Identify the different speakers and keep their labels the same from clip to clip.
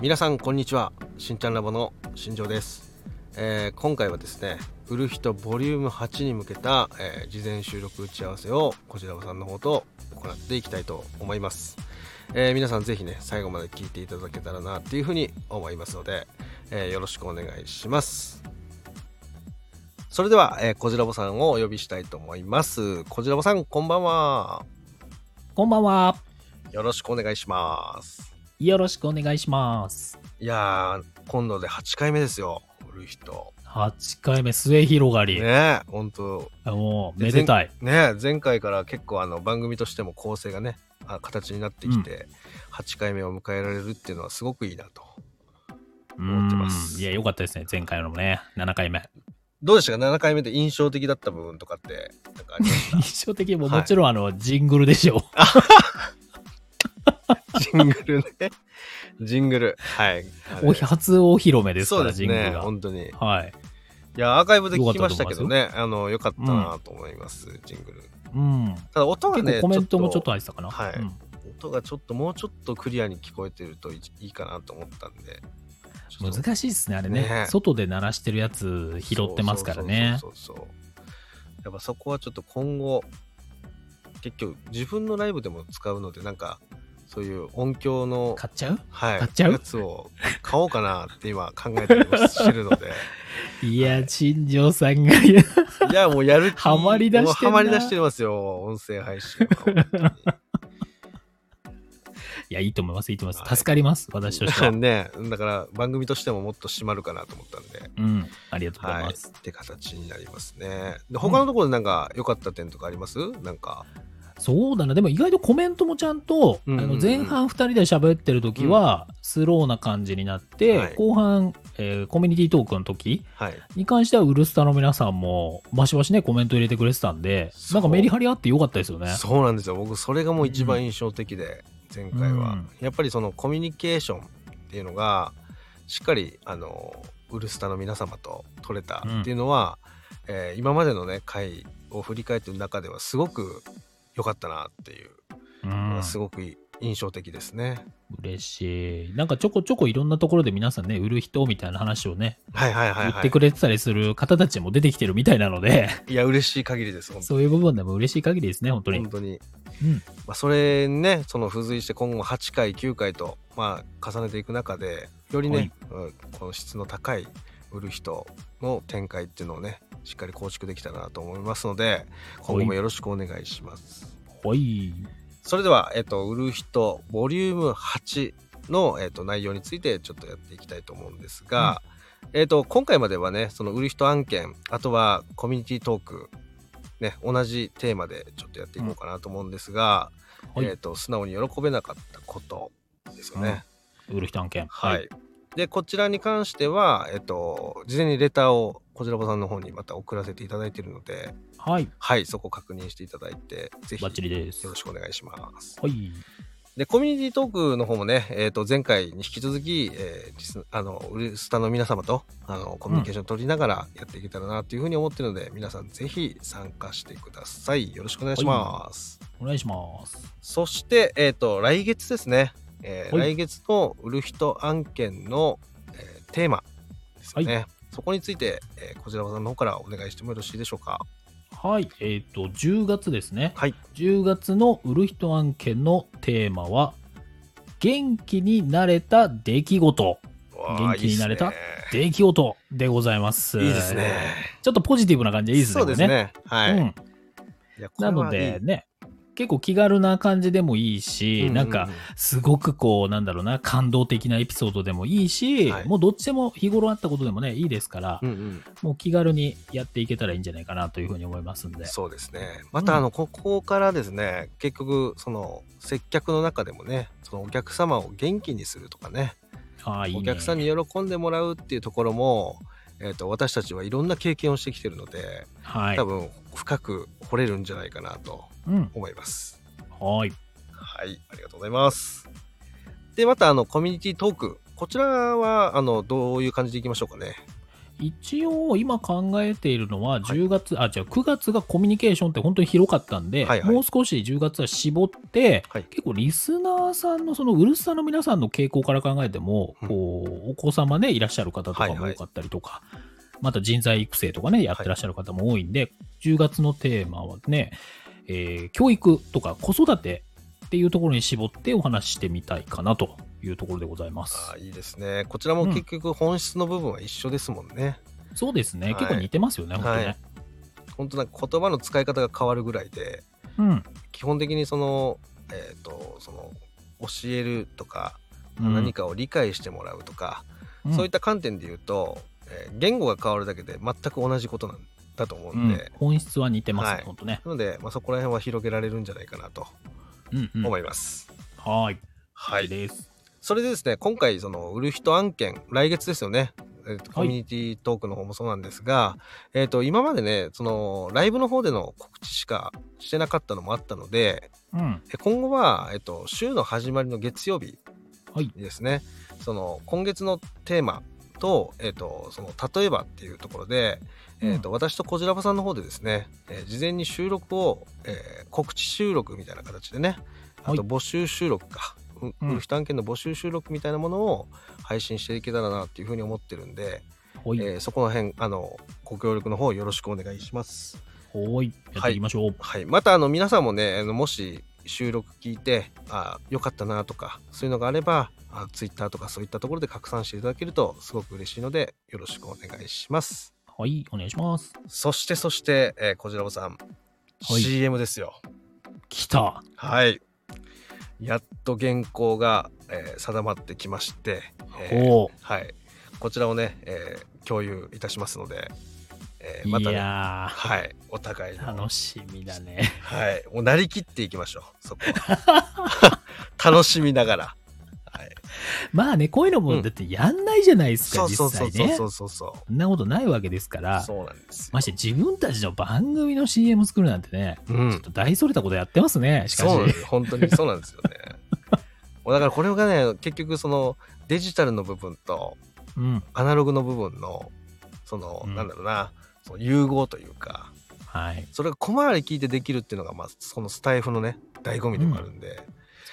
Speaker 1: 皆さんこんにちはしんちゃんラボの新庄です、えー、今回はですね「売る人ボリューム8に向けた、えー、事前収録打ち合わせをこちらさんの方と行っていきたいと思います、えー、皆さん是非ね最後まで聞いていただけたらなっていうふうに思いますので、えよろしくお願いしますそれでは、えー、こじらぼさんをお呼びしたいと思いますこじらぼさんこんばんは
Speaker 2: こんばんは
Speaker 1: よろしくお願いします
Speaker 2: よろしくお願いします。
Speaker 1: いや今度で8回目ですよ、売る人。
Speaker 2: 8回目、末広がり。
Speaker 1: ねえ、ほんと。
Speaker 2: もう、めでたい。
Speaker 1: ね前回から結構あの番組としても構成がね、あ形になってきて、うん、8回目を迎えられるっていうのはすごくいいなと思ってます。
Speaker 2: いや、よかったですね、前回のもね、7回目。
Speaker 1: どうでしたか7回目で印象的だった部分とかってなんかありました
Speaker 2: 印象的ももちろん、あの、はい、ジングルでしょう。
Speaker 1: ジングルね。 ジングル。はい。
Speaker 2: お初お披露目ですから、ね、ジングル
Speaker 1: 本当に。
Speaker 2: はい。
Speaker 1: いや、アーカイブで聞きましたけどね、あの、よかったなと思います、うん、ジングル。
Speaker 2: うん。
Speaker 1: ただ、音がね、
Speaker 2: コメントもちょっと入ってたかな。
Speaker 1: はい、うん。音がちょっと、もうちょっとクリアに聞こえてるといいかなと思ったんで。
Speaker 2: 難しいですね、あれね、ね、外で鳴らしてるやつ拾ってますからね。
Speaker 1: そうそうそうやっぱそこはちょっと今後、結局、自分のライブでも使うので、なんか、そういう音響の
Speaker 2: 買っちゃう
Speaker 1: はい
Speaker 2: 買っちゃう
Speaker 1: やつを買おうかなって今考えて してるので
Speaker 2: いや陳情、はい、さんがい
Speaker 1: やもうやる
Speaker 2: はまりだして
Speaker 1: はまりだしてますよ音声配信
Speaker 2: いやいいと思いますいいと思います、助かります、はい、私として は
Speaker 1: ねだから番組としてももっと締まるかなと思ったんで
Speaker 2: うんありがとうございます、はい、
Speaker 1: って形になりますねで他のところでなんか良かった点とかあります、うん、なんか
Speaker 2: そうだな、でも意外とコメントもちゃんと、うんうんうん、あの前半2人で喋ってる時は、スローな感じになって、うんはい、後半、えー、コミュニティトークの時に関しては、ウルスタの皆さんも、バシバシね、コメント入れてくれてたんで、なんかメリハリあってよかったですよね。
Speaker 1: そうなんですよ。僕、それがもう一番印象的で、うん、前回は、うん。やっぱりそのコミュニケーションっていうのが、しっかり、あの、ウルスタの皆様と取れたっていうのは、うん、えー、今までのね、回を振り返ってる中では、すごく良かったなっていう、うん、すごく印象的ですね。
Speaker 2: 嬉しい。なんかちょこちょこいろんなところで皆さんね、売る人みたいな話をね、
Speaker 1: はいはいはい、はい、
Speaker 2: 言ってくれてたりする方たちも出てきてるみたいなので、
Speaker 1: いや、嬉しい限りです、
Speaker 2: そういう部分でも嬉しい限りですね、本当に。
Speaker 1: 本当に。うん、まあ、それね、その付随して今後8回、9回と、まあ、重ねていく中で、よりね、はい、この質の高い売る人の展開っていうのをねしっかり構築できたなと思いますので今後もよろしくお願いします。
Speaker 2: はい、
Speaker 1: それでは、えっと、売る人ボリューム8の、えっと、内容についてちょっとやっていきたいと思うんですが、うん、えっと、今回まではねその売る人案件あとはコミュニティトーク、ね、同じテーマでちょっとやっていこうかなと思うんですが、うんはい、えっと、素直に喜べなかったことですよね。
Speaker 2: うん、売る人案件、
Speaker 1: はい、はいで、こちらに関しては、えっと、事前にレターをこちらぼさんの方にまた送らせていただいているので、
Speaker 2: はい。
Speaker 1: はい、そこ確認していただいて、ぜひ、
Speaker 2: バッチリです。
Speaker 1: よろしくお願いします。
Speaker 2: はい。
Speaker 1: で、コミュニティトークの方もね、えっ、ー、と、前回に引き続き、えー、あの、ウルスタの皆様と、あの、コミュニケーション取りながらやっていけたらなというふうに思ってるので、うん、皆さんぜひ参加してください。よろしくお願いします。
Speaker 2: はい、お願いします。
Speaker 1: そして、えっ、ー、と、来月ですね。えー、来月の売る人案件の、えー、テーマですね、はい、そこについて、えー、こちらさんの方からお願いしてもよろしいでしょうか
Speaker 2: はいえっ、ー、と10月ですね、
Speaker 1: はい、
Speaker 2: 10月の売る人案件のテーマは元気になれた出来事元気になれた出来事でございます。
Speaker 1: いいですね。
Speaker 2: ちょっとポジティブな感じでいいですね。
Speaker 1: そうですね。はい。うん、い
Speaker 2: なのでね、結構気軽な感じでもいいし、うんうん、なんかすごくこうなんだろうな感動的なエピソードでもいいし、はい、もうどっちでも日頃あったことでもねいいですから、うんうん、もう気軽にやっていけたらいいんじゃないかなというふうに思いますんで
Speaker 1: そうですねまたあの、うん、ここからですね結局その接客の中でもねそのお客様を元気にするとかね
Speaker 2: あいいね
Speaker 1: お客さんに喜んでもらうっていうところもえーと、と私たちはいろんな経験をしてきてるので、
Speaker 2: はい、
Speaker 1: 多分深く掘れるんじゃないかなと思います。
Speaker 2: うん、はい
Speaker 1: はいありがとうございます。でまたあのコミュニティトークこちらはあのどういう感じでいきましょうかね。
Speaker 2: 一応今考えているのは10月、あじゃあ9月がコミュニケーションって本当に広かったんで、
Speaker 1: はいはい
Speaker 2: もう少し10月は絞って、
Speaker 1: はい
Speaker 2: 結構リスナーさんのそのウルスさんの皆さんの傾向から考えても、
Speaker 1: うん
Speaker 2: こうお子様ねいらっしゃる方とか
Speaker 1: はい
Speaker 2: も
Speaker 1: はい
Speaker 2: 多かったりとか、また人材育成とかねやってらっしゃる方も多いんで、10月のテーマはね、えー教育とか子育てっていうところに絞ってお話ししてみたいかなというところでございます。
Speaker 1: あーいいですねこちらも結局本質の部分は一緒ですもんね、
Speaker 2: そうですね、
Speaker 1: はい
Speaker 2: 結構似てますよね、本当ね。
Speaker 1: はい本当なんか言葉の使い方が変わるぐらいで
Speaker 2: うん
Speaker 1: 基本的にそのえっ、とその教えるとか
Speaker 2: うん
Speaker 1: 何かを理解してもらうとか、
Speaker 2: うん
Speaker 1: そういった観点で言うと、えー言語が変わるだけで全く同じことなんだと思う
Speaker 2: うん
Speaker 1: で、
Speaker 2: ん、本質は似てます、
Speaker 1: はい
Speaker 2: 本当ね。
Speaker 1: なので、まあ、そこら辺は広げられるんじゃないかなと
Speaker 2: うんうん、
Speaker 1: 思います。
Speaker 2: はーい。
Speaker 1: は
Speaker 2: はい
Speaker 1: い。
Speaker 2: です。
Speaker 1: それでですね、今回、その、売る人案件、来月ですよね。えっとコ
Speaker 2: はい
Speaker 1: ミュニティトークの方もそうなんですが、えっと、今までね、その、ライブの方での告知しかしてなかったのもあったので、
Speaker 2: うん。
Speaker 1: え今後は、えっと、週の始まりの月曜日
Speaker 2: はい。
Speaker 1: にですね、その、今月のテーマと、えっと、その、例えばっていうところで、えっと、私とこじらばさんの方でですね、えー事前に収録を、えー告知収録みたいな形でね、あ
Speaker 2: はい
Speaker 1: と募集収録か、
Speaker 2: うん
Speaker 1: ウルフタンケンの募集収録みたいなものを配信していけたらなっていうふうに思ってるんで、
Speaker 2: ほい。
Speaker 1: えーそこら辺、あの、ご協力の方よろしくお願いします。
Speaker 2: ほい。やっていきましょう。
Speaker 1: はい、またあの皆さんもねあのもし収録聞いてあ良かったなとかそういうのがあればあツイッターとかそういったところで拡散していただけるとすごく嬉しいのでよろしくお願いします
Speaker 2: はい、お願いします。
Speaker 1: そしてそして、えー、こじらぼさん、
Speaker 2: い
Speaker 1: CM ですよ
Speaker 2: 来た。
Speaker 1: はいやっと原稿が、えー定まってきまして、えー
Speaker 2: ほ
Speaker 1: はいこちらをね、えー共有いたしますので、え
Speaker 2: う。
Speaker 1: ーまた
Speaker 2: い
Speaker 1: ね
Speaker 2: や
Speaker 1: はいお互い
Speaker 2: ー、
Speaker 1: の
Speaker 2: 楽しみだね。
Speaker 1: はい。もうなりきっていきましょう。そこ は。楽しみながら。はい。
Speaker 2: まあね、こういうの
Speaker 1: う
Speaker 2: も
Speaker 1: ん
Speaker 2: だってやんないじゃないですか、
Speaker 1: そうそう
Speaker 2: 実
Speaker 1: そう
Speaker 2: 際
Speaker 1: そう
Speaker 2: ね。
Speaker 1: そうそうそう。
Speaker 2: そんなことないわけですから。
Speaker 1: そうなんですよ。
Speaker 2: まして自分たちの番組の CM 作るなんてね、
Speaker 1: う
Speaker 2: ちょっ
Speaker 1: ん。
Speaker 2: と大それたことやってますね、しか
Speaker 1: そうなんで
Speaker 2: し。
Speaker 1: すよ。本当にそうなんですよね。 もうだからこれがね、結局そのデジタルの部分と
Speaker 2: うん。
Speaker 1: アナログの部分の、その、
Speaker 2: うん
Speaker 1: なんだろうな、その融合というか、
Speaker 2: はい。
Speaker 1: それが小回り聞いてできるっていうのが、まあ、そのスタイフのね、醍醐味でもあるんで、
Speaker 2: そう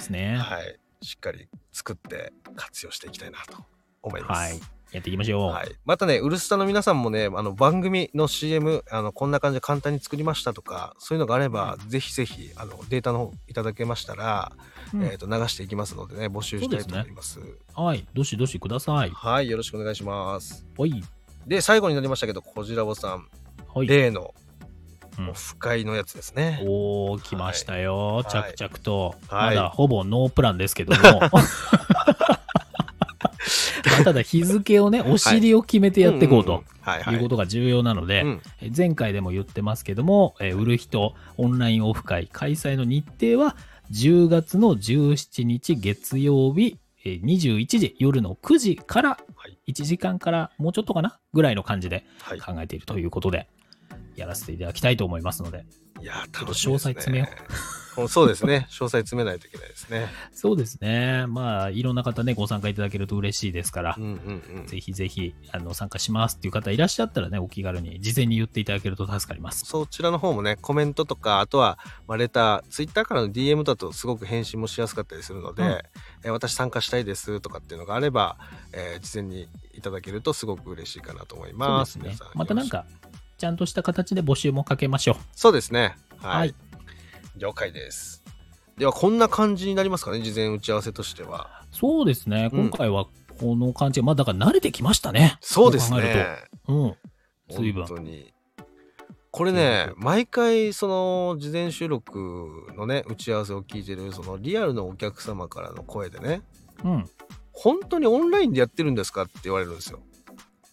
Speaker 2: ですね。
Speaker 1: はい。しっかり作って活用していきたいなと思います。
Speaker 2: はい。やっていきましょう。
Speaker 1: はい、またね、ウルスタの皆さんもね、あの番組の CM あの、こんな感じで簡単に作りましたとか、そういうのがあれば、ぜひぜひあのデータの方いただけましたら、
Speaker 2: うん
Speaker 1: えー、と流していきますのでね、募集したいと思います。
Speaker 2: はい。どしどしください。
Speaker 1: はい、よろしくお願いします。
Speaker 2: ほい。
Speaker 1: で、最後になりましたけど、こじらぼさん、
Speaker 2: はい。
Speaker 1: 例の、
Speaker 2: うん
Speaker 1: オフ会のやつですね。
Speaker 2: おー、来ましたよ、
Speaker 1: はい
Speaker 2: 着々と、
Speaker 1: はい
Speaker 2: まだほぼノープランですけど も。まあただ日付をね、お尻を決めてやっていこう
Speaker 1: ん
Speaker 2: と
Speaker 1: んん。はいはい
Speaker 2: いうことが重要なので、
Speaker 1: うん
Speaker 2: え前回でも言ってますけども、えー売る人オンラインオフ会開催の日程は10月の17日月曜日えー21時夜の9時から
Speaker 1: はい
Speaker 2: 1時間からもうちょっとかなぐらいの感じで
Speaker 1: はい
Speaker 2: 考えているということで、やらせていただきたいと思いますので、
Speaker 1: いやー、
Speaker 2: ょっと
Speaker 1: 楽しみですね
Speaker 2: 詳細詰めよ
Speaker 1: うん そうですね、詳細詰めないといけないですね。
Speaker 2: そうですね。まあ、いろんな方ね、ご参加いただけると嬉しいですから
Speaker 1: うん、うんうん。
Speaker 2: ぜひぜひ、あの、参加しますっていう方いらっしゃったらね、お気軽に事前に言っていただけると助かります。
Speaker 1: そちらの方もね、コメントとか、あとは、まあ、レター、ツイッターからの DM だとすごく返信もしやすかったりするので、
Speaker 2: うん
Speaker 1: えー私参加したいですとかっていうのがあれば、えー事前にいただけるとすごく嬉しいかなと思い
Speaker 2: そう
Speaker 1: ま。
Speaker 2: ですすね
Speaker 1: 皆さ。
Speaker 2: またなん
Speaker 1: よ
Speaker 2: か、ちゃんとした形で募集もかけましょ
Speaker 1: ろしくそうですね。はい。
Speaker 2: はい
Speaker 1: 了解です。では、こんな感じになりますかね、事前打ち合わせとしては。
Speaker 2: う。そうですね。
Speaker 1: うん
Speaker 2: 今回はこの感じ、まあ、だから慣れてきましたね。
Speaker 1: そうです
Speaker 2: こう考える
Speaker 1: ね。
Speaker 2: と。うん。随分
Speaker 1: 本当に。これね
Speaker 2: 随、
Speaker 1: 毎回、その、事前収録のね、打ち合わせを聞いてる、その、リアルのお客様からの声でね、
Speaker 2: うん。
Speaker 1: 本当にオンラインでやってるんですかって言われるんですよ。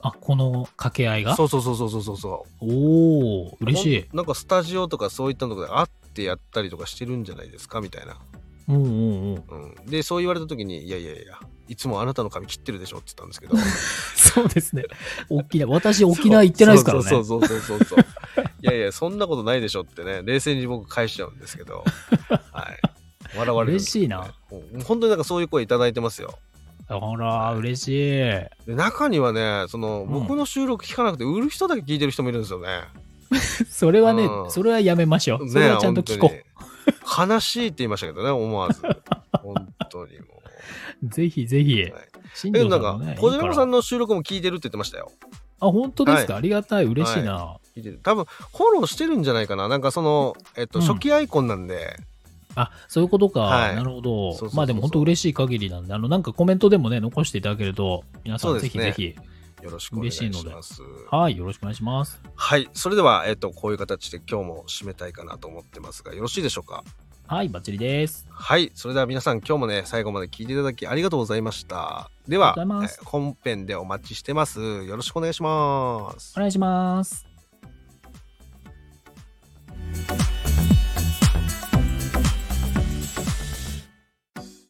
Speaker 2: あ、この掛け合いが
Speaker 1: そうそうそうそうそうそうそ
Speaker 2: おー、
Speaker 1: う。
Speaker 2: 嬉しい。
Speaker 1: ほんなんかスタジオとかそういったところで会ってやったりとかしてるんじゃないですかみたいな。
Speaker 2: うんうん うん。
Speaker 1: うん、でそう言われた時に「いやいやいやいつもあなたの髪切ってるでしょ」って言ったんですけど
Speaker 2: そうですね。沖縄、私沖縄行ってないですからね。
Speaker 1: そうそうそうそうそうそうそういやいやそんなことないでしょってね冷静に僕返しちゃうんですけどはい笑われるんですよ
Speaker 2: 嬉しいな
Speaker 1: うん本当になんかそういう声いただいてますよ
Speaker 2: ほら、嬉しい。
Speaker 1: で中にはねその
Speaker 2: ん
Speaker 1: 僕の収録聞かなくて売る人だけ聞いてる人もいるんですよね。
Speaker 2: それはね
Speaker 1: う、ん
Speaker 2: それはやめましょう。それはちゃんと聞こう。
Speaker 1: う。悲しいって言いましたけどね思 わず本当にも
Speaker 2: ぜひぜ
Speaker 1: う。
Speaker 2: ひ。
Speaker 1: はい
Speaker 2: 新
Speaker 1: え
Speaker 2: 庄
Speaker 1: な
Speaker 2: さ
Speaker 1: ん
Speaker 2: んも
Speaker 1: か
Speaker 2: ね。
Speaker 1: 小島さん
Speaker 2: いい
Speaker 1: の収録も聞いてるって言ってましたよ。
Speaker 2: からあ、本当ですか、ありがたい。嬉しいな。
Speaker 1: 聞いてる多分フォローしてるんじゃないかななんかその、えっと
Speaker 2: うん
Speaker 1: 初期アイコンなんで、
Speaker 2: あ、そういうことか。
Speaker 1: はい
Speaker 2: なる
Speaker 1: そうそうそう
Speaker 2: ほど
Speaker 1: そ。う
Speaker 2: まあでも本当嬉しい限りなんで、あの、なんかコメントでもね、残していただけると、皆さ
Speaker 1: そうんで
Speaker 2: ぜ
Speaker 1: す
Speaker 2: ひ
Speaker 1: ね
Speaker 2: ぜひ、
Speaker 1: よろしくお願いします。
Speaker 2: はい、よろしくお願いします。
Speaker 1: はい、それでは、えっと、こういう形で今日も締めたいかなと思ってますが、よろしいでしょうか。
Speaker 2: はい、バッチリです。
Speaker 1: はい、それでは皆さん、今日もね、最後まで聞いていただきありがとうございました。では、
Speaker 2: ありがとうございます
Speaker 1: えー本編でお待ちしてます。よろしくお願いします。
Speaker 2: お願いします。